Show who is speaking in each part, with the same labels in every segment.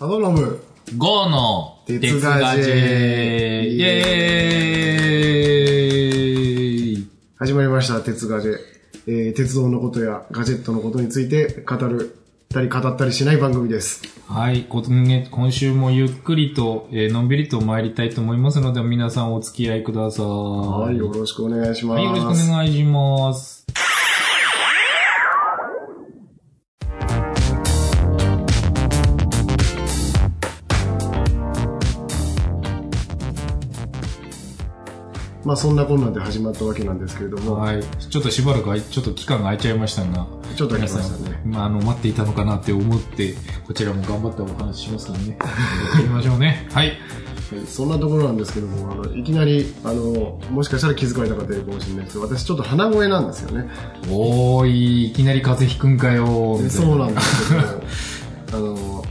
Speaker 1: アドロム。
Speaker 2: 5の
Speaker 1: 鉄
Speaker 2: 鉄
Speaker 1: ガ
Speaker 2: ガ
Speaker 1: ジェ
Speaker 2: ジェイ
Speaker 1: イ
Speaker 2: イエーイ
Speaker 1: 始まりました、鉄ガジェ。えー、鉄道のことやガジェットのことについて語る、たり語ったりしない番組です。
Speaker 2: はい、今月、今週もゆっくりと、えーのんびりと参りたいと思いますので、皆さんお付き合いください。は
Speaker 1: はい、よろしくお願いします。
Speaker 2: はい、よろしくお願いします。
Speaker 1: まあそんなこんなんで始まったわけなんですけれども、
Speaker 2: はい、ちょっとしばらくあい、ちょっと期間が空いちゃいましたが、
Speaker 1: ちょっとあり
Speaker 2: 皆
Speaker 1: ま
Speaker 2: さ
Speaker 1: したね。
Speaker 2: ん、まあ、あの、待っていたのかなって思って、こちらも頑張ってお話ししますから ね。やりましょうね。はい。
Speaker 1: はいそんなところなんですけども、あのいきなり、あの、もしかしたら気づかれた方いるかもしれないですけど、私ちょっと鼻声なんですよね。
Speaker 2: おーい、いきなり風邪ひくんかよみたい
Speaker 1: そうなんですけ ど、あの、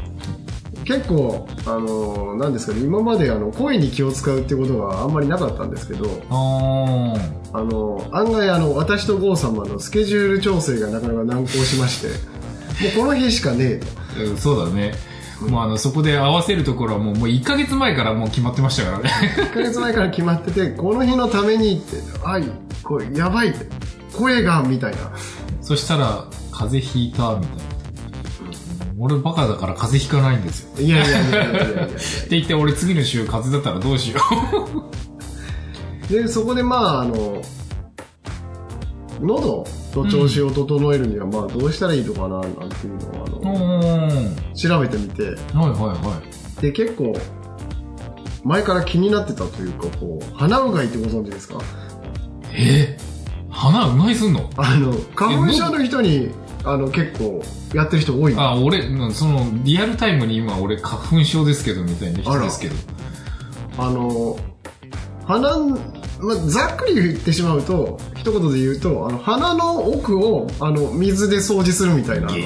Speaker 1: 結構、あの、なんですかね、今まであの声に気を使うってことがあんまりなかったんですけど、
Speaker 2: あ
Speaker 1: あの、案外あの、私と郷様のスケジュール調整がなかなか難航しまして、もうこの日しかねえと。
Speaker 2: ーうんそうだね。もうあの、そこで合わせるところはもう、もう1ヶ月前からもう決まってましたからね。
Speaker 1: 1ヶ月前から決まってて、この日のためにって、あい、これ、やばいって、声が、みたいな。
Speaker 2: そしたら、風邪ひいた、みたいな。俺バカだから風邪ひかないんですよ。
Speaker 1: いやいやいやいやいやいや。
Speaker 2: って言って、俺次の週風邪だったらどうしよ
Speaker 1: で、そこでまあ、あの、喉の調子を整えるには、まあ、どうしたらいいのかな、なんていうのを、あ の、
Speaker 2: う。ん。
Speaker 1: 調べてみて、
Speaker 2: はいはいはい。
Speaker 1: で、結構、前から気になってたというか、こう、鼻うがいってご存知ですか
Speaker 2: えー、鼻うがいすんの
Speaker 1: あの、花粉症の人に、あの、結構、やってる人多い。
Speaker 2: あ、俺、うんその、リアルタイムに今俺花粉症ですけど、みたいな人ですけど。
Speaker 1: あの、鼻ん、まあ、ざっくり言ってしまうと、一言で言うと、あの、鼻の奥を、あの、水で掃除するみたいな。
Speaker 2: い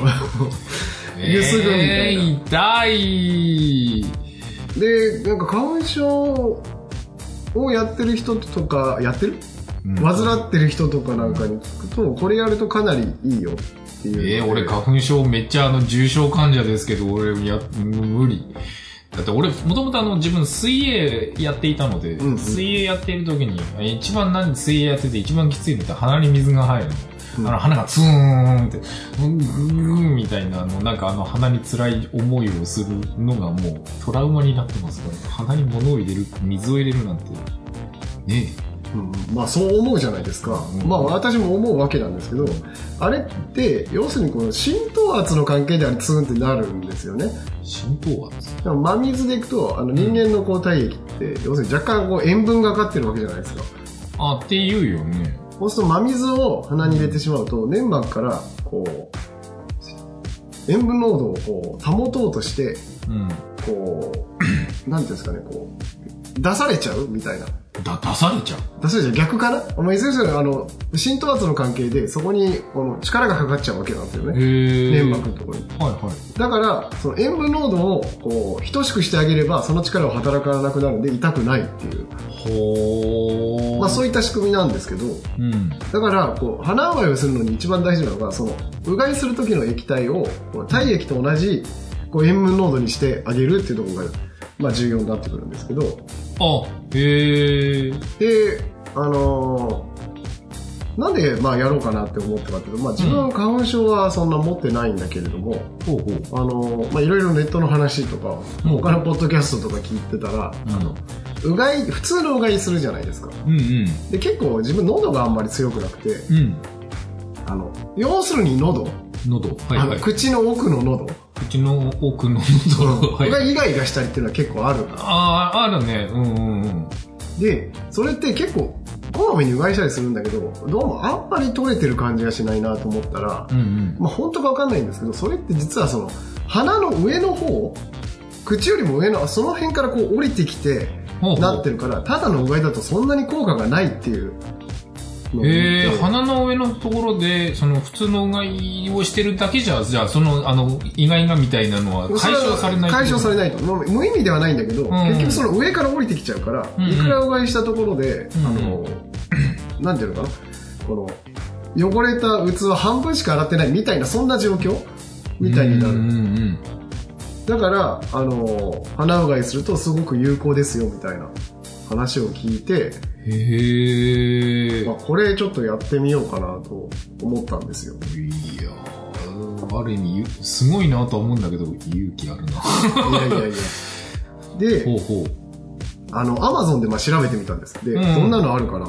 Speaker 2: え
Speaker 1: ゆすぐみたいな
Speaker 2: えー痛い。
Speaker 1: で、なんか花粉症をやってる人とか、やってる患ってる人とかなんかに聞くと、これやるとかなりいいよっていう。
Speaker 2: えー、俺花粉症めっちゃあの重症患者ですけど、俺や、無理。だって俺、もともとあの自分水泳やっていたので、
Speaker 1: んうん
Speaker 2: 水泳やってる時に、えー一番何水泳やってて一番きついのって鼻に水が入るの。
Speaker 1: うん
Speaker 2: あの鼻がツーンって、うん、うん、みたいな、あの、なんかあの鼻に辛い思いをするのがもうトラウマになってますから、鼻に物を入れる、水を入れるなんて、ね
Speaker 1: うんまあそう思うじゃないですか、
Speaker 2: うん
Speaker 1: まあ私も思うわけなんですけどあれって要するにこの浸透圧の関係であれツーンってなるんですよね
Speaker 2: え、浸透圧。
Speaker 1: でも真水でいくとあの人間のこう体液って要するに若干こう塩分がかかってるわけじゃないですか
Speaker 2: あ、って言うよね。
Speaker 1: そうすると真水を鼻に入れてしまうと粘膜からこう塩分濃度をこう保とうとして
Speaker 2: うん。
Speaker 1: こう なんていうんですかねこう出されちゃうみたいな
Speaker 2: だ、出されちゃう。
Speaker 1: 出されちゃう逆かなまあいずれにせよあの浸透圧の関係でそこにこの力がかかっちゃうわけなんですよね
Speaker 2: へ
Speaker 1: 粘膜のところに
Speaker 2: はいはい。
Speaker 1: だからその塩分濃度をこう等しくしてあげればその力を働かなくなるんで痛くないっていう、
Speaker 2: ほー。
Speaker 1: まあ、そう
Speaker 2: い
Speaker 1: い
Speaker 2: う
Speaker 1: った仕組みなんですけど
Speaker 2: う。ん。
Speaker 1: だからこう鼻うがいをするのに一番大事なのがそのうがいする時の液体をこう体液と同じこう塩分濃度にしてあげるっていうところが、まあ、重要になってくるんですけど
Speaker 2: あ、へー。
Speaker 1: であのーなんでまあやろうかなって思ったかっていうと、まあ、自分は花粉症はそんな持ってないんだけれども、
Speaker 2: ほうほう。
Speaker 1: あのーまあいろいろネットの話とか
Speaker 2: うん
Speaker 1: 他のポッドキャストとか聞いてたら、
Speaker 2: うん
Speaker 1: あのうがい普通のうがいするじゃないですか
Speaker 2: うんうん。
Speaker 1: で結構自分喉があんまり強くなくて
Speaker 2: うん。
Speaker 1: あの要するに喉、
Speaker 2: 喉。はいは
Speaker 1: あの
Speaker 2: い。
Speaker 1: 口の奥の喉、
Speaker 2: 口の奥の喉。は
Speaker 1: う
Speaker 2: い。
Speaker 1: がいイガイガしたりっていうのは結構ある
Speaker 2: あー、あるね。うんうんうん。
Speaker 1: でそれって結構こまめにうがいしたりするんだけどどうもあんまり取れてる感じがしないなと思ったら
Speaker 2: う、ん
Speaker 1: まあ、本当か分かんないんですけどそれって実はその鼻の上の方口よりも上のその辺からこう降りてきて
Speaker 2: うん。ほう
Speaker 1: な
Speaker 2: ほ
Speaker 1: ってるからただのうがいだとそんなに効果がないっていうのを
Speaker 2: う。
Speaker 1: 言
Speaker 2: へ
Speaker 1: っ
Speaker 2: ー、
Speaker 1: て
Speaker 2: 鼻の上のところで、その普通のうがいをしてるだけじゃ、じゃあその、あの、意外がみたいなのは解消されない。
Speaker 1: 解消されないともう無意味ではないんだけど、
Speaker 2: ん
Speaker 1: 結局その上から降りてきちゃうから、
Speaker 2: うんうん
Speaker 1: いくらうがいしたところで、
Speaker 2: うん
Speaker 1: あのなんていうのかなこの汚れた器半分しか洗ってないみたいなそんな状況みたいになる、
Speaker 2: うんうんうん。
Speaker 1: だから、あの、鼻うがいするとすごく有効ですよみたいな話を聞いて、
Speaker 2: へえ。
Speaker 1: まあ、これちょっとやってみようかなと思ったん ですよ。
Speaker 2: いやーある意味、ゆすごいなとは思うんだけど、勇気ある
Speaker 1: い
Speaker 2: な。
Speaker 1: やいやいや。で、
Speaker 2: ほうほう。
Speaker 1: あの、アマゾンでまあ調べてみたんです。で、
Speaker 2: うん
Speaker 1: どんなのあるかな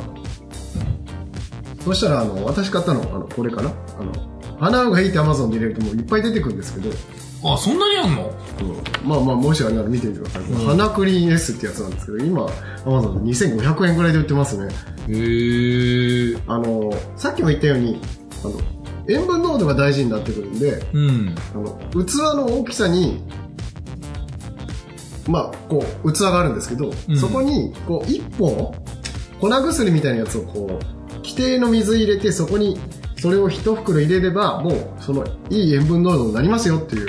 Speaker 1: そしたら、あの、私買ったの、あの、これかなあの、鼻うがいいってアマゾンで入れるともういっぱい出てくるんですけど、
Speaker 2: あ、そんなにあんの
Speaker 1: まあまあ、もしあれなら見てみてください。
Speaker 2: うん
Speaker 1: 鼻クリーン S ってやつなんですけど、今、アマゾンで2500円ぐらいで売ってますね。
Speaker 2: へえ。
Speaker 1: あの、さっきも言ったように、あの、塩分濃度が大事になってくるんで、
Speaker 2: うん。
Speaker 1: あの、器の大きさに、まあ、こう、器があるんですけど、
Speaker 2: うん
Speaker 1: そこに、こう、一本、粉薬みたいなやつをこう、規定の水入れて、そこに、それを一袋入れれば、もう、その、いい塩分濃度になりますよっていう、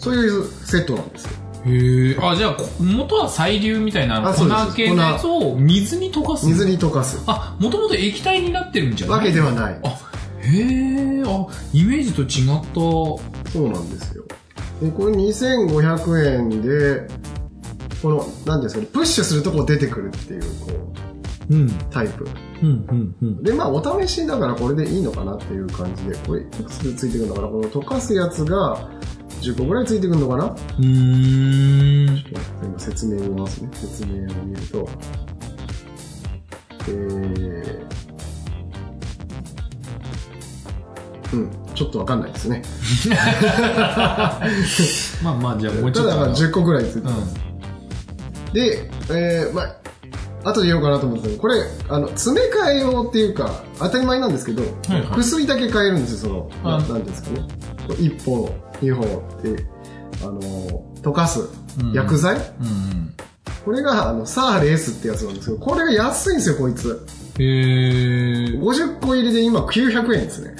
Speaker 1: そういうセットなんですよ。
Speaker 2: へえ。あ、じゃあ、こ元は細粒みたいな
Speaker 1: あ
Speaker 2: 粉
Speaker 1: そうです
Speaker 2: 系のやつを水に溶かす。
Speaker 1: 水に溶かす
Speaker 2: あ、もともと液体になってるんじゃない
Speaker 1: わけではない。
Speaker 2: へえ。あ、イメージと違った。
Speaker 1: そうなんですよ。で、これ2500円で、この、なんていうんですかね、プッシュするとこう出てくるっていう、こ
Speaker 2: うん。
Speaker 1: う、タイプ。
Speaker 2: うん、うん、うん。
Speaker 1: で、まあ、お試しだからこれでいいのかなっていう感じで、これ、いくつついてくるのかなこの溶かすやつが、10個ぐらいついてくるのかな
Speaker 2: うー
Speaker 1: 今
Speaker 2: ん。
Speaker 1: 説明を見ますね。説明を見ると。えー、うん、ちょっとわかんないですね。
Speaker 2: まあまあ、じゃあもうち
Speaker 1: た
Speaker 2: ょっ
Speaker 1: だ、まあ
Speaker 2: と。
Speaker 1: 10個ぐらいついてくる
Speaker 2: う
Speaker 1: で、えー、まあ、後で言おうかなと思うんですけど、これ、あの、詰め替え用っていうか、当たり前なんですけど、
Speaker 2: はいはい
Speaker 1: 薬だけ買えるんですよ、その、な
Speaker 2: あ
Speaker 1: なんていうんですかね。1本、2本って、あのー、溶かす
Speaker 2: ん。
Speaker 1: 薬剤、
Speaker 2: うんうん。
Speaker 1: これが、あの、サーレースってやつなんですけど、これが安いんですよ、こいつ。
Speaker 2: へえ。
Speaker 1: 50個入りで今900円ですね。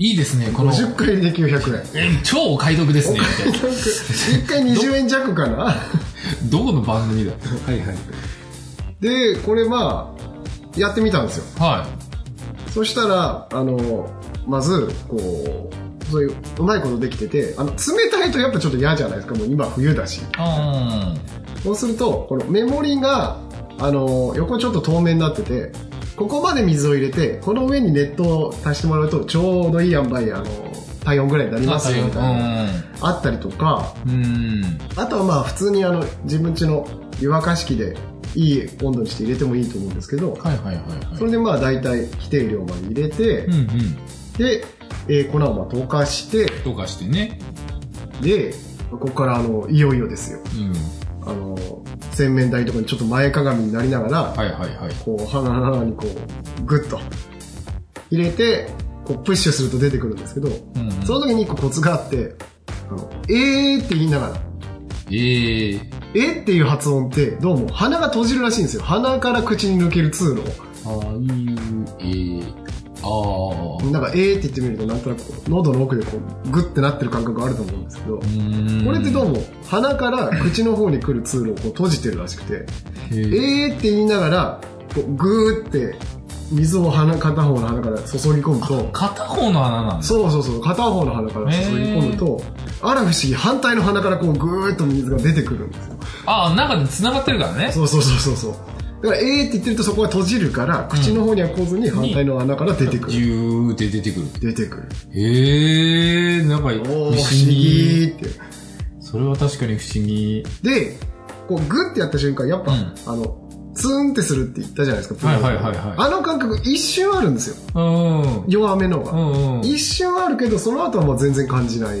Speaker 2: いいですね、この。
Speaker 1: 50個入りで900円。
Speaker 2: うん超お買い得ですね。みたいな
Speaker 1: 1回20円弱か な。
Speaker 2: どこの番組だ はいはい。
Speaker 1: で、これまあ、やってみたんですよ。
Speaker 2: は
Speaker 1: そしたら、あの、まず、こう、そういう、うまいことできてて、あの、冷たいとやっぱちょっと嫌じゃないですか、もう今冬だし。
Speaker 2: い。
Speaker 1: そうすると、このメモリが、あの、横ちょっと透明になってて、ここまで水を入れて、この上に熱湯を足してもらうと、ちょうどいい塩梅あの、体温ぐらいになりますよ、みたいな。あったりとか、
Speaker 2: うん。うん。
Speaker 1: あとはまあ、普通にあの、自分家の湯沸かし器で、いい温度にして入れてもいいと思うんですけど、
Speaker 2: はいはいはいはい。
Speaker 1: それでまあ、大体、規定量まで入れて、
Speaker 2: うんうん。
Speaker 1: で、えー粉をまあ溶かして、
Speaker 2: とかしてね。
Speaker 1: で、ここからあの、いよいよですよ。
Speaker 2: うん。
Speaker 1: あの、洗面台のとかにちょっと前かがみになりながら、
Speaker 2: はいはいはい。
Speaker 1: こう、鼻の中にこう、グッと入れて、こう、プッシュすると出てくるんですけど、
Speaker 2: うんうん
Speaker 1: その時に一個コツがあって、あの、えーって言いながら、え
Speaker 2: ええ。
Speaker 1: ーっていう発音って、どうも鼻が閉じるらしいんですよ。鼻から口に抜ける通路
Speaker 2: あいう、ええ。ああ
Speaker 1: を。。なんか、えーって言ってみると、なんとなくこう、喉の奥でこう、グッてなってる感覚があると思うんですけど
Speaker 2: う、ん
Speaker 1: これってどうも鼻から口の方に来る通路をこう閉じてるらしくて、
Speaker 2: へ
Speaker 1: え
Speaker 2: え
Speaker 1: ーって言いながら、こうぐーって水を鼻片方の鼻から注ぎ込むと、
Speaker 2: 片方の穴なんだ。
Speaker 1: そうそうそう、片方の鼻から注ぎ込むと、あら不思議、反対の鼻からこうぐーっと水が出てくるんですよ。
Speaker 2: ああ、中で繋がってるからね。
Speaker 1: そうそうそうそうそう。だから、えーって言ってるとそこは閉じるから、口の方には来ずに反対の穴から出てく
Speaker 2: ジ
Speaker 1: る。
Speaker 2: ューって出てくる。
Speaker 1: 出てくる。
Speaker 2: ええ、なんか
Speaker 1: お
Speaker 2: 不
Speaker 1: ー、不
Speaker 2: 思
Speaker 1: 思
Speaker 2: 議。
Speaker 1: 議ーって。
Speaker 2: それは確かに不思議。
Speaker 1: で、こうグッてやった瞬間、やっぱ、
Speaker 2: うん
Speaker 1: あの、ツーンってするって言ったじゃないですか、
Speaker 2: はいはいはいはい
Speaker 1: あの感覚一瞬あるんですよ。
Speaker 2: うん。
Speaker 1: 弱めの
Speaker 2: う
Speaker 1: が。
Speaker 2: んうん。
Speaker 1: 一瞬あるけど、その後はもう全然感じない。
Speaker 2: あ、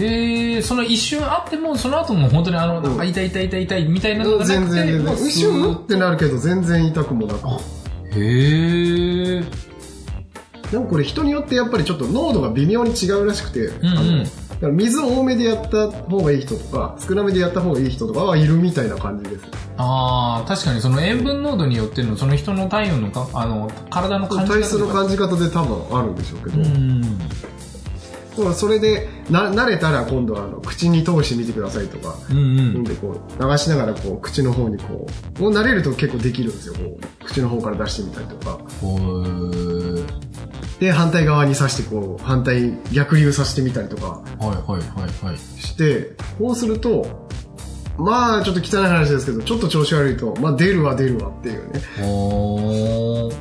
Speaker 2: へえ、その一瞬あっても、その後も本当にあの、
Speaker 1: うん
Speaker 2: あ、痛い痛い痛い痛いみたいなの
Speaker 1: 全然
Speaker 2: がなくて、
Speaker 1: 全然。
Speaker 2: もう
Speaker 1: 一瞬うってなるけど、全然痛くもな
Speaker 2: あ
Speaker 1: く。
Speaker 2: へえ、
Speaker 1: でもこれ人によってやっぱりちょっと濃度が微妙に違うらしくて、
Speaker 2: うんうん
Speaker 1: あのだから水を多めでやった方がいい人とか、少なめでやった方がいい人とかはいるみたいな感じです。
Speaker 2: ああ、確かにその塩分濃度によっての、その人の体温のか、あの、体の感じ方とか
Speaker 1: 体質の感じ方で多分あるんでしょうけど。
Speaker 2: うん。
Speaker 1: だからそれでな慣れたら今度はあの口に通してみてくださいとか、
Speaker 2: うんう
Speaker 1: 飲ん
Speaker 2: ん。
Speaker 1: でこう流しながらこう口の方にこうもう慣れると結構できるんですよこう口の方から出してみたりとか
Speaker 2: ほー
Speaker 1: で、反対側に刺して、こう、反対、逆流させてみたりとか
Speaker 2: はいはいはいはい。
Speaker 1: して、こうすると、まあ、ちょっと汚い話ですけど、ちょっと調子悪いと、まあ、出るわ出るわっていうね。
Speaker 2: おー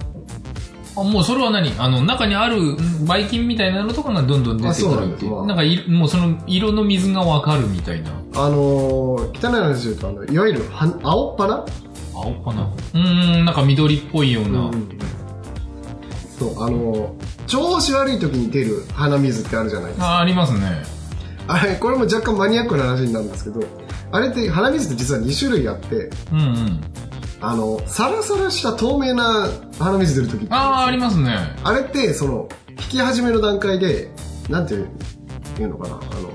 Speaker 2: あもうそれは何あの、中にあるんばい菌みたいなのとかがどんどん出てく
Speaker 1: あそうなん
Speaker 2: る
Speaker 1: で
Speaker 2: って
Speaker 1: す
Speaker 2: いう。
Speaker 1: ま
Speaker 2: な
Speaker 1: あ
Speaker 2: んかい、もうその色の水がわかるみたいな。
Speaker 1: あのー汚い話で言うと、あの、いわゆるは、青っ花
Speaker 2: 青かなうーん、なんか緑っぽいような。
Speaker 1: うんそう、あのー調子悪い時に出る鼻水ってあるじゃないですか。
Speaker 2: あ、ありますね。
Speaker 1: あれ、これも若干マニアックな話になるんですけど、あれって鼻水って実は2種類あって、
Speaker 2: うんうん。
Speaker 1: あの、サラサラした透明な鼻水出る時ってるんです
Speaker 2: ああ、
Speaker 1: よ
Speaker 2: ありますね。
Speaker 1: あれって、その、引き始めの段階で、なんていういうのかな、あの、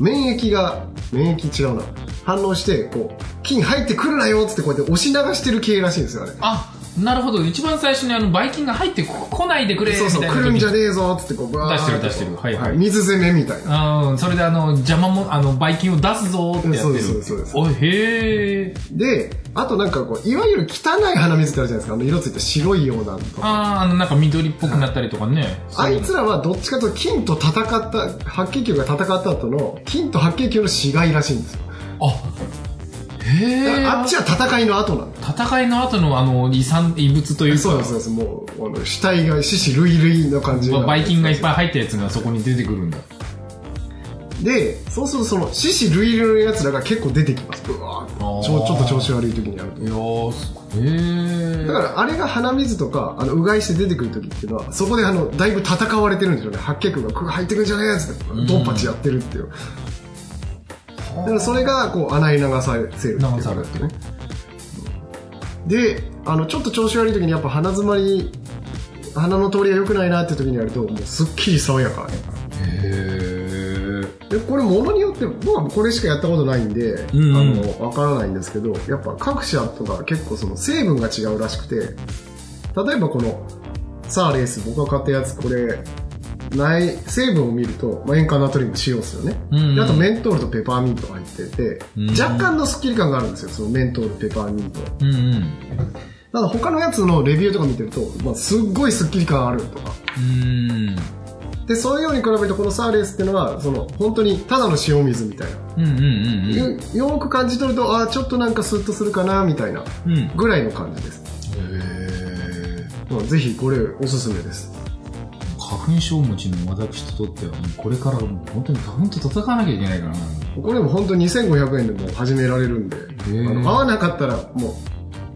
Speaker 1: 免疫が、免疫違うな、反応して、こう、菌入ってくるなよっつってこうやって押し流してる系らしいんですよ、あれ。
Speaker 2: あ、なるほど。一番最初にあの、ばい菌が入ってこ来ないでくれみた
Speaker 1: そう
Speaker 2: い
Speaker 1: そう、
Speaker 2: な
Speaker 1: 来るんじゃ
Speaker 2: ね
Speaker 1: ねえぞっつってこう、バー
Speaker 2: 出してる
Speaker 1: っと
Speaker 2: 出してるはいはい
Speaker 1: 水攻めみたいな。
Speaker 2: うん、それであの、邪魔も、あの、ばい菌を出すぞーってやってるってい。
Speaker 1: そうですそうです
Speaker 2: おい、へえ。
Speaker 1: で、あとなんかこう、いわゆる汚い鼻水ってあるじゃないですか、あの色ついた白いようなのとか。
Speaker 2: ああ、あの、なんか緑っぽくなったりとかね。
Speaker 1: あいつ
Speaker 2: ら
Speaker 1: らはどっちかというと菌と戦った、白血球が戦った後の、菌と白血球の死骸らしいんですよ。
Speaker 2: あ、へえ。
Speaker 1: あっちは戦いの後なんだ。
Speaker 2: 戦いの後のあの、遺産、遺物というか、
Speaker 1: そうです、そうです。もう、あの死体が、死死類類の感じ
Speaker 2: まあ
Speaker 1: に
Speaker 2: ば
Speaker 1: なる
Speaker 2: い菌がいっぱい入ったやつがそこに出てくるんだ。
Speaker 1: で、そうするとその、死死類類のやつらが結構出てきます。うわー
Speaker 2: あー
Speaker 1: ちょちょっと調子悪い時にやると
Speaker 2: い。やー、すごい。へー
Speaker 1: だから、あれが鼻水とか、あの、うがいして出てくる時っていうのは、そこであの、だいぶ戦われてるんでしょうね。白血球が、ここ入ってくんじゃねえっつって、ドンパチやってるっていう。だからそれが、こう、穴に流されせるっていう
Speaker 2: 流されてる。
Speaker 1: で、あの、ちょっと調子悪い時にやっぱ鼻詰まり、鼻の通りが良くないなって時にやると、もうすっきり爽やか。
Speaker 2: へー。
Speaker 1: で、これ物によって、僕はこれしかやったことないんで、
Speaker 2: うんうん
Speaker 1: あの、わからないんですけど、やっぱ各社とか結構その成分が違うらしくて、例えばこの、サーレース、僕が買ったやつ、これ、ない、成分を見ると、まあ、塩化ナトリウム使用ですよね。
Speaker 2: うんうん
Speaker 1: であとメントールとペパーミントが入ってて、
Speaker 2: うん
Speaker 1: 若干のスッキリ感があるんですよ、そのメントール、ペパーミント。
Speaker 2: うんうん。
Speaker 1: ただ他のやつのレビューとか見てると、まあ、すっごいスッキリ感あるとか。
Speaker 2: うーん。
Speaker 1: で、そういうように比べると、このサーレースっていうのは、その、本当にただの塩水みたいな。
Speaker 2: うんうんうん
Speaker 1: よよーく感じ取ると、あーちょっとなんかスッとするかな、みたいな、
Speaker 2: うん。うん。へ
Speaker 1: ぐらいの感じです。
Speaker 2: ー。
Speaker 1: まあ、ぜひ、これ、おすすめです。
Speaker 2: 花粉症持ちの私にとっては、もうこれからもう本当に花粉と戦わなきゃいけないからな。
Speaker 1: これも本当に2500円でもう始められるんで、あ
Speaker 2: ー
Speaker 1: の合わなかったら、も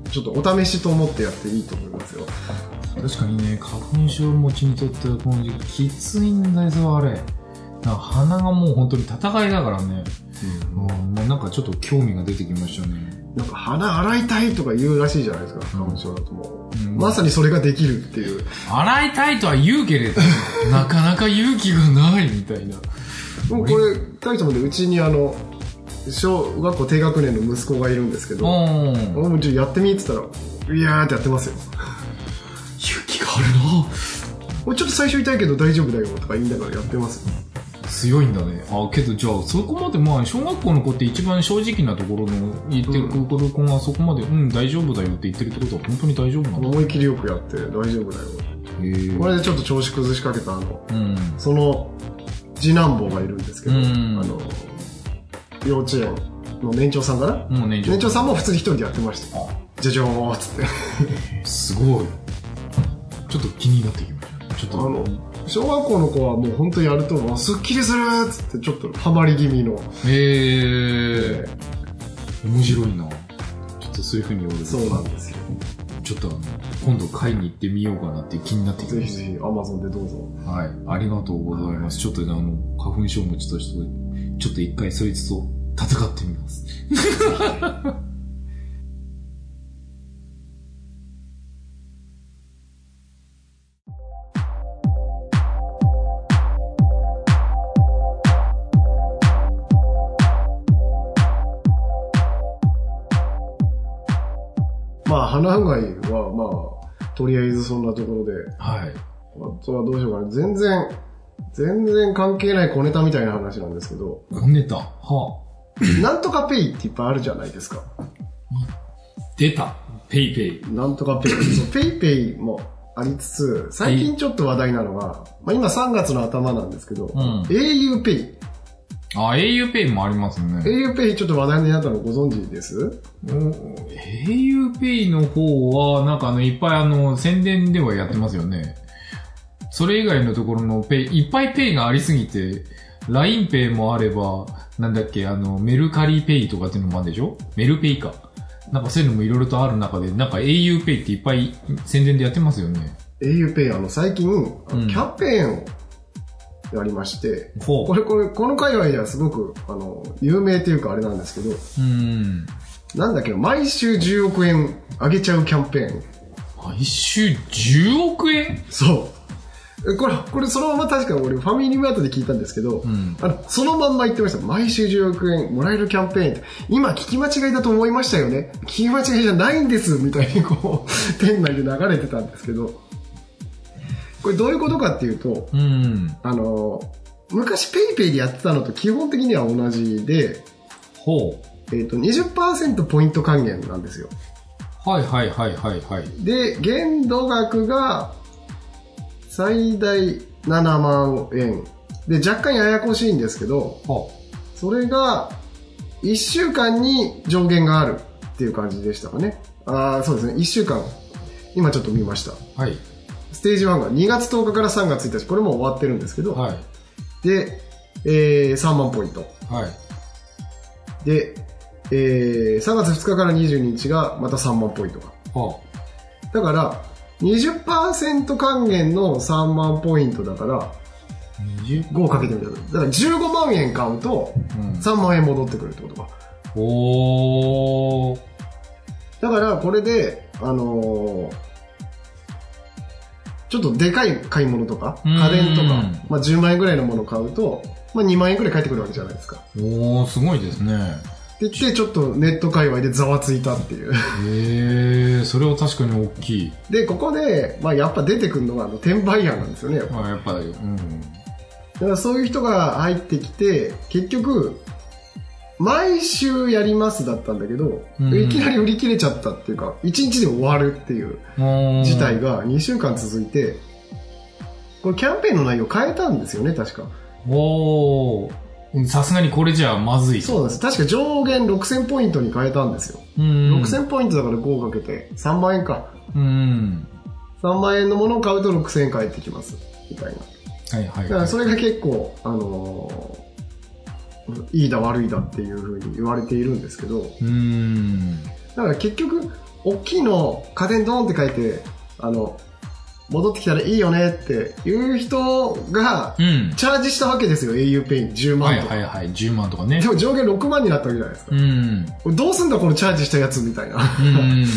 Speaker 1: う、ちょっとお試しと思ってやっていいと思いますよ。
Speaker 2: 確かにね、花粉症持ちにとってはこの時期きついんだよ、それはあれ。なんか鼻がもう本当に戦いだからね。うん、もうなんかちょっと興味が出てきましたね。
Speaker 1: なんか、鼻洗いたいとか言うらしいじゃないですか、花粉症だともう。
Speaker 2: うん
Speaker 1: まさにそれができるっていう。
Speaker 2: 洗いたいとは言うけれど、なかなか勇気がないみたいな。
Speaker 1: もうこれ、二人ともで、うちにあの、小学校低学年の息子がいるんですけど、
Speaker 2: うん。
Speaker 1: 俺もちょっとやってみって言ったら、いやーってやってますよ。
Speaker 2: 勇気があ
Speaker 1: 俺ちょっと最初痛いけど大丈夫だよとか言いながらやってますよ。
Speaker 2: るな強いんだね。あ、けどじゃあ、そこまで、まあ、小学校の子って一番正直なところの言ってくる子がそこまで、うん、大丈夫だよって言ってるってことは本当に大丈夫なんだ。
Speaker 1: 思い切りよくやって大丈夫だよ。
Speaker 2: へえ。
Speaker 1: これでちょっと調子崩しかけたあの、
Speaker 2: うん。
Speaker 1: その次男坊がいるんですけど、
Speaker 2: うん
Speaker 1: あの、幼稚園の年長さんかな
Speaker 2: もうね、
Speaker 1: 年長さんも普通に一人でやってました。
Speaker 2: あ
Speaker 1: じゃじゃーんっつって。
Speaker 2: すごい。ちょっと気になってきました。ちょっ
Speaker 1: あ
Speaker 2: と。
Speaker 1: の、小学校の子はもう本当やると、あすっきりするっつってちょっとハマり気味の。
Speaker 2: へえー、面白いな。ちょっとそういうふうに俺、
Speaker 1: そうなんですよ。
Speaker 2: ちょっとあの、今度買いに行ってみようかなって気になってき
Speaker 1: ぜ
Speaker 2: ま
Speaker 1: ひ
Speaker 2: し
Speaker 1: ぜひ Amazon でどうぞ。
Speaker 2: た。はい。ありがとうございます。ちょっとねあの、花粉症持ちとして、ちょっと一回そいつと戦ってみます。
Speaker 1: まあ、花うがいはまあ、とりあえずそんなところで、
Speaker 2: はい。
Speaker 1: あとはどうしようかな。全然、全然関係ない小ネタみたいな話なんですけ ど、
Speaker 2: 小ネタ。は
Speaker 1: なんとかペイっていっぱいあるじゃないですか。
Speaker 2: あ、出た。ペイペイ。
Speaker 1: なんとかペイ。そうペイペイもありつつ、最近ちょっと話題なのは、まあ、今3月の頭なんですけど、
Speaker 2: うん
Speaker 1: auPay。
Speaker 2: あ、auPay もありますね。
Speaker 1: auPay ちょっと話題になったのご存知です
Speaker 2: お auPay の方は、なんかあの、いっぱいあの、宣伝ではやってますよね。それ以外のところのペイ、いっぱいペイがありすぎて、LINEPay もあれば、なんだっけ、あの、メルカリペイとかっていうのもあるでしょメルペイか。なんかそういうのもいろいろとある中で、なんか auPay っていっぱい宣伝でやってますよね。
Speaker 1: auPay、あの、最近、キ
Speaker 2: ん
Speaker 1: ャンペーンをやりまして、
Speaker 2: ほ
Speaker 1: これ、これ、この界隈ではすごく、あの、有名というかあれなんですけど、
Speaker 2: うん。
Speaker 1: なんだっけど、毎週10億円あげちゃうキャンペーン。
Speaker 2: 毎週10億円
Speaker 1: そう。えこれ、これそのまま確か俺ファミリーマートで聞いたんですけど、
Speaker 2: ん
Speaker 1: あのそのまんま言ってました。毎週10億円もらえるキャンペーンって、今聞き間違いだと思いましたよね。聞き間違いじゃないんです、みたいにこう、 店内で流れてたんですけど、これどういうことかっていうと、
Speaker 2: うん。
Speaker 1: あの、昔ペイペイでやってたのと基本的には同じで、
Speaker 2: ほ
Speaker 1: えっ、と、20%ポイント還元なんですよ。
Speaker 2: う。はいはいはいはいはい。
Speaker 1: で、限度額が最大7万円。で、若干ややこしいんですけど、
Speaker 2: ほ
Speaker 1: それが1週間に上限があるっていう感じでしたかね。ああ、そうですね。1週間。今ちょっと見ました。
Speaker 2: う。はい。
Speaker 1: ステージ1が2月10日から3月1日。これもう終わってるんですけど。
Speaker 2: はい。
Speaker 1: で、えー3万ポイント。
Speaker 2: はい。
Speaker 1: で、えー3月2日から22日がまた3万ポイントが。
Speaker 2: ほ
Speaker 1: だから、20%還元の3万ポイントだから、
Speaker 2: う。20?
Speaker 1: 5をかけてみたら、だから15万円買うと、
Speaker 2: うん。
Speaker 1: 3万円戻ってくるってことか。
Speaker 2: おー。
Speaker 1: だから、これで、あのーちょっとでかい買い物とか、
Speaker 2: うん
Speaker 1: 家電とか、まあ、10万円ぐらいのものを買うと、まあ、2万円ぐらい返ってくるわけじゃないですか。
Speaker 2: おー、すごいですね。
Speaker 1: って言って、ちょっとネット界隈でざわついたっていう。
Speaker 2: へー、それは確かに大きい。
Speaker 1: で、ここで、まあ、やっぱ出てくるのが、あの、転売屋なんですよね。
Speaker 2: まあやっぱり、うん。
Speaker 1: だからそういう人が入ってきて、結局、毎週やりますだったんだけど、
Speaker 2: うん
Speaker 1: いきなり売り切れちゃったっていうか、1日で終わるっていう
Speaker 2: もう
Speaker 1: 事態が2週間続いて、これキャンペーンの内容変えたんですよね、確か。
Speaker 2: おー。さすがにこれじゃまずい。
Speaker 1: そうなんです。確か上限6000ポイントに変えたんですよ。
Speaker 2: う。うん。
Speaker 1: 6000ポイントだから5をかけて、3万円か。
Speaker 2: うん。
Speaker 1: 3万円のものを買うと6000円返ってきます。みたいな。
Speaker 2: はいはい
Speaker 1: だか
Speaker 2: は
Speaker 1: ら
Speaker 2: い。
Speaker 1: それが結構、あのーいいだ悪いだっていうふうに言われているんですけど、
Speaker 2: うん。
Speaker 1: だから結局、大きいの家電ドーンって書いて、あの、戻ってきたらいいよねっていう人が、
Speaker 2: うん。
Speaker 1: チャージしたわけですよ、auPay に10
Speaker 2: は
Speaker 1: 万
Speaker 2: い
Speaker 1: とか。
Speaker 2: はいはい。10万とかね
Speaker 1: で。も上限6万になったわけじゃないですか
Speaker 2: う。ん。
Speaker 1: これどうすんだ、このチャージしたやつみたいな。
Speaker 2: うん。
Speaker 1: だ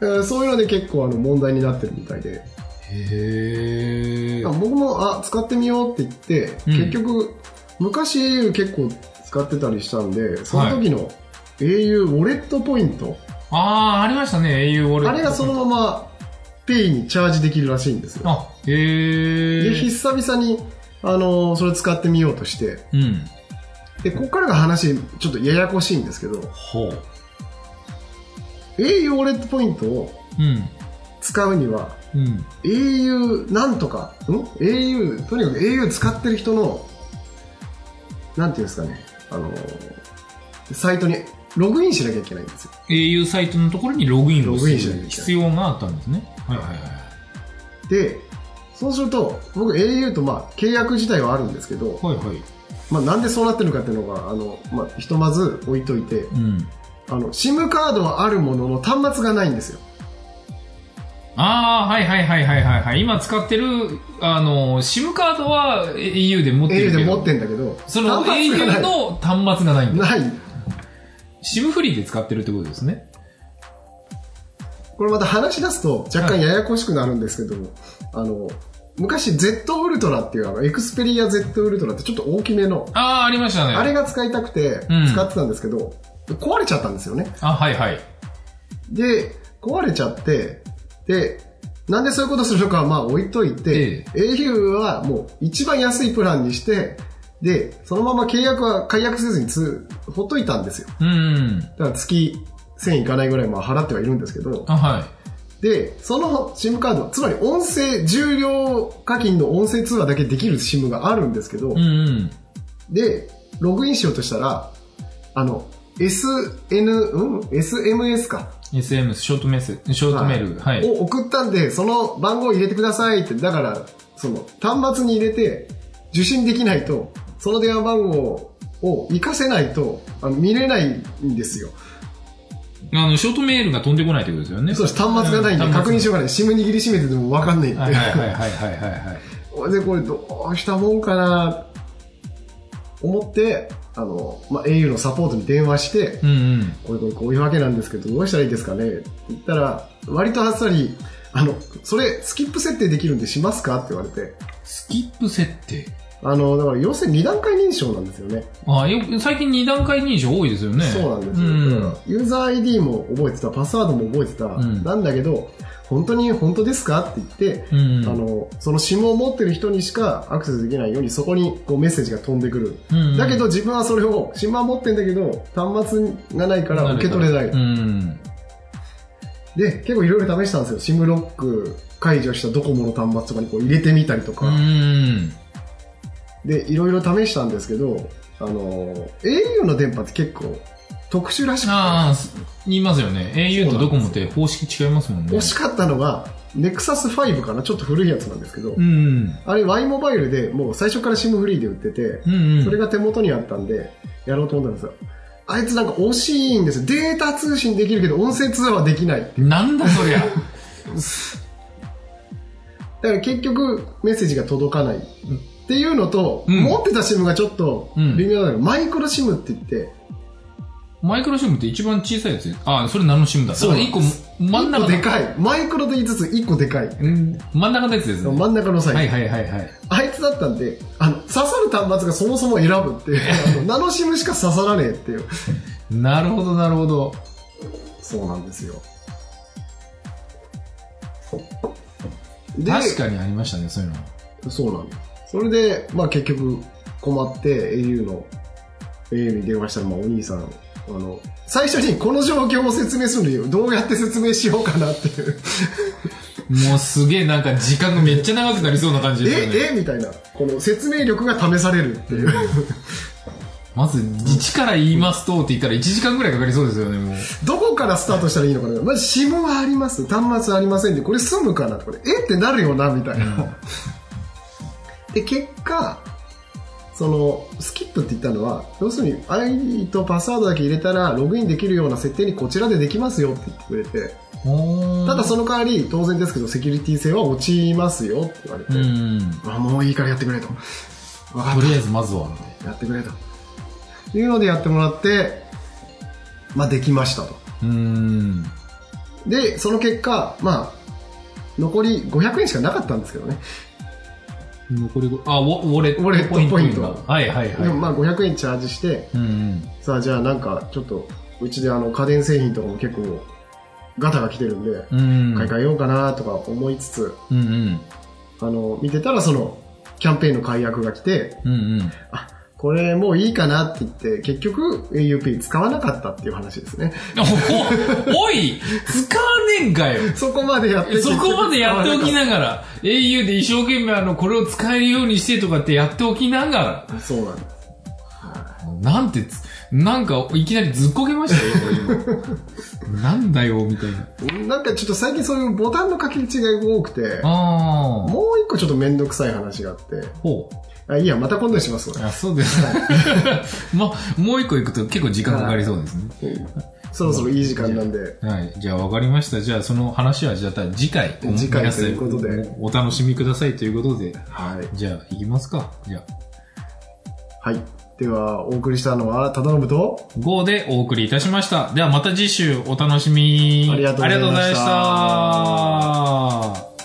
Speaker 1: からそういうので結構あの問題になってるみたいで。
Speaker 2: へー。
Speaker 1: 僕も、あ、使ってみようって言って、
Speaker 2: うん
Speaker 1: 結局、昔 au 結構使ってたりしたんで、その時の au ウォレットポイント、
Speaker 2: あー、ありましたね、英雄ウォレット。
Speaker 1: あれがそのまま Pay にチャージできるらしいんですよ。
Speaker 2: あ、へー。
Speaker 1: で、久々に、あのーそれ使ってみようとして、
Speaker 2: うん。
Speaker 1: で、ここからが話、ちょっとややこしいんですけど、
Speaker 2: ほう。
Speaker 1: au ウォレットポイントを
Speaker 2: うん。
Speaker 1: 使うには、
Speaker 2: うん。
Speaker 1: au なんとか、ん ?au、とにかく au 使ってる人の、なんていうんですかね、あのーサイトにログインしなきゃいけないんですよ。
Speaker 2: au サイトのところにログインをす
Speaker 1: ログインしなきゃいけな
Speaker 2: る
Speaker 1: い
Speaker 2: 必要があったんですね。はいはいはい。
Speaker 1: で、そうすると、僕 au とまあ契約自体はあるんですけど、
Speaker 2: はいはい。
Speaker 1: まあなんでそうなってるのかっていうのが、あの、まあひとまず置いといて、
Speaker 2: うん。
Speaker 1: あの、SIM カードはあるものの端末がないんですよ。
Speaker 2: ああ、はいはいはいはいはいはい。今使ってる、あの、SIM カードは au で持って
Speaker 1: au
Speaker 2: るけ
Speaker 1: で
Speaker 2: ど。
Speaker 1: 持ってんだけど、
Speaker 2: その
Speaker 1: 端末
Speaker 2: au
Speaker 1: がない。
Speaker 2: の端末がないんだ。
Speaker 1: ない。
Speaker 2: SIM フリーで使ってるってことですね。
Speaker 1: これまた話し出すと若干ややこしくなるんですけども、あの、昔 Z ウルトラっていうあの、エクスペリア Z ウルトラってちょっと大きめの、
Speaker 2: ああ、ありましたね。
Speaker 1: あれが使いたくて
Speaker 2: うん
Speaker 1: 使ってたんですけど、壊れちゃったんですよね。
Speaker 2: あ、はいはい。
Speaker 1: で、壊れちゃって、で、なんでそういうことするのかはまあ置いといて、au はもう一番安いプランにして、で、そのまま契約は解約せずにつほっといたんですよ。
Speaker 2: うん。
Speaker 1: だから月1000いかないぐらいまあ払ってはいるんですけど、
Speaker 2: あ、はい。
Speaker 1: で、その SIM カード、つまり音声、重量課金の音声通話だけできる SIM があるんですけど、
Speaker 2: うんうん。
Speaker 1: で、ログインしようとしたら、あの、SN、うん ?SMS か。
Speaker 2: SMS、ショートメッセージ、ショートメール。はい。
Speaker 1: を送ったんで、その番号入れてくださいって、だから、その、端末に入れて、受信できないと、その電話番号を活かせないと、あの見れないんですよ。
Speaker 2: あの、ショートメールが飛んでこないってことですよね。
Speaker 1: そうです、端末がないんで、
Speaker 2: うん
Speaker 1: 確認しようがない。SIM 握りしめててもわかんないって。
Speaker 2: はいはいはいはいはいはい はい。
Speaker 1: で、これどうしたもんかな、思って、あの、まあ、au のサポートに電話して、
Speaker 2: うんうん。
Speaker 1: これこれこういうわけなんですけど、どうしたらいいですかねって言ったら、割とあっさり、あの、それ、スキップ設定できるんでしますかって言われて、
Speaker 2: スキップ設定。
Speaker 1: あの、だから要するに2段階認証なんですよね。
Speaker 2: あよく、最近二段階認証多いですよね。
Speaker 1: そうなんですよ、
Speaker 2: うん
Speaker 1: だからユーザー ID も覚えてた、パスワードも覚えてた、
Speaker 2: うん
Speaker 1: なんだけど、本当に本当ですかって言って、
Speaker 2: うんうん。
Speaker 1: あの、その SIM を持ってる人にしかアクセスできないように、そこにこうメッセージが飛んでくる。
Speaker 2: うんうん
Speaker 1: だけど、自分はそれを、SIM は持ってんだけど、端末がないから受け取れない。
Speaker 2: うん。
Speaker 1: で、結構いろいろ試したんですよ。SIM ロック解除したドコモの端末とかにこう入れてみたりと
Speaker 2: う
Speaker 1: か。
Speaker 2: ん。
Speaker 1: で、いろいろ試したんですけど、あの、au の電波って結構特殊らしくて、
Speaker 2: ああ、す言いますよね。au とドコモって方式違いますもんね。
Speaker 1: 惜しかったのが、Nexus 5かなちょっと古いやつなんですけど、
Speaker 2: うん。
Speaker 1: あれ Y モバイルでもう最初から SIM フリーで売ってて、
Speaker 2: うんうん。
Speaker 1: それが手元にあったんで、やろうと思ったんですよ。あいつなんか惜しいんですよ。データ通信できるけど、音声通話はできない。だ
Speaker 2: なんだそりゃ。
Speaker 1: から結局、メッセージが届かない。っていうのと、
Speaker 2: うん
Speaker 1: 持ってた SIM がちょっと微妙なのが、マイクロ SIM って言って、
Speaker 2: マイクロシムって一番小さいやつ。ああ、それナノシムだ。
Speaker 1: そう
Speaker 2: だから一個真ん
Speaker 1: 1個
Speaker 2: 中
Speaker 1: で
Speaker 2: の。
Speaker 1: かい。マイクロと言いつつ1個でかい。
Speaker 2: うん真ん中のやつですね。
Speaker 1: 真ん中のサイズ。
Speaker 2: はいはいはいはい。
Speaker 1: あいつだったんで、あの、刺さる端末がそもそも選ぶって いう、あのナノシムしか刺さらねえっていう。
Speaker 2: なるほどなるほど。
Speaker 1: そうなんですよ。で、
Speaker 2: 確かにありましたね、そういうの。
Speaker 1: そうなんです。それで、まあ結局困って、au の、au に電話したら、まあお兄さん、あの、最初にこの状況を説明するのに、どうやって説明しようかなっていう、
Speaker 2: もうすげえなんか時間がめっちゃ長くなりそうな感じですよね。
Speaker 1: え、えみたいな、この説明力が試されるっていう。
Speaker 2: まず、一から言いますとって言ったら1時間ぐらいかかりそうですよね、もう。
Speaker 1: どこからスタートしたらいいのかなまず SIM はあります端末ありませんでこれ済むかなこれえってなるよなみたいな、 で結果そのスキップって言ったのは要するに ID とパスワードだけ入れたらログインできるような設定にこちらでできますよって言ってくれてただその代わり当然ですけどセキュリティ性は落ちますよって言われて、
Speaker 2: うん。
Speaker 1: あもういいからやってくれと分かっ
Speaker 2: とりあえずまずは。
Speaker 1: たやってくれというのでやってもらってまあできましたと
Speaker 2: うん。
Speaker 1: で、その結果、まあ、残り500円しかなかったんですけどね。
Speaker 2: 残りご、あ、ウォウォレッ
Speaker 1: ウォレット
Speaker 2: トポイント
Speaker 1: ポイント
Speaker 2: がはいはいはい。
Speaker 1: でもまあ500円チャージして、
Speaker 2: うんうん。
Speaker 1: さあじゃあなんかちょっと、うちであの家電製品とかも結構ガタが来てるんで、
Speaker 2: うん。
Speaker 1: 買い替えようかなとか思いつつ、
Speaker 2: うんうん。
Speaker 1: あの、見てたらその、キャンペーンの解約が来て、
Speaker 2: うんうん。
Speaker 1: あ、これもういいかなって言って、結局 auPay 使わなかったっていう話ですね。
Speaker 2: お、おい使わねえんか よ
Speaker 1: そこまでやって
Speaker 2: そこまでやっておき
Speaker 1: い。
Speaker 2: ながら、au で一生懸命あの、これを使えるようにしてとかってやっておきなが
Speaker 1: そうなんです。
Speaker 2: ら、なんてつ、なんか、いきなりずっこけましたよ、 今なんだよ、みたいな。
Speaker 1: なんかちょっと最近そういうボタンの掛け違いが多くて、
Speaker 2: ああ。
Speaker 1: もう一個ちょっと面倒くさい話があって、
Speaker 2: ほう。
Speaker 1: あいいや、また今度にします。
Speaker 2: あ、そうですね。ま、 もう一個行くと結構時間かかりそうですね。
Speaker 1: そろそろいい時間なんで。
Speaker 2: はい。じゃあ分かりました。じゃあその話は、じゃあ次回、
Speaker 1: 次回ということで
Speaker 2: 皆さんお楽しみくださいということで。
Speaker 1: はい。
Speaker 2: じゃあ行きますか。じゃあ、
Speaker 1: はい。では、お送りしたのは、忠信と、
Speaker 2: GO でお送りいたしました。ではまた次週お楽しみ。
Speaker 1: ありがとうございました
Speaker 2: ありがとうございました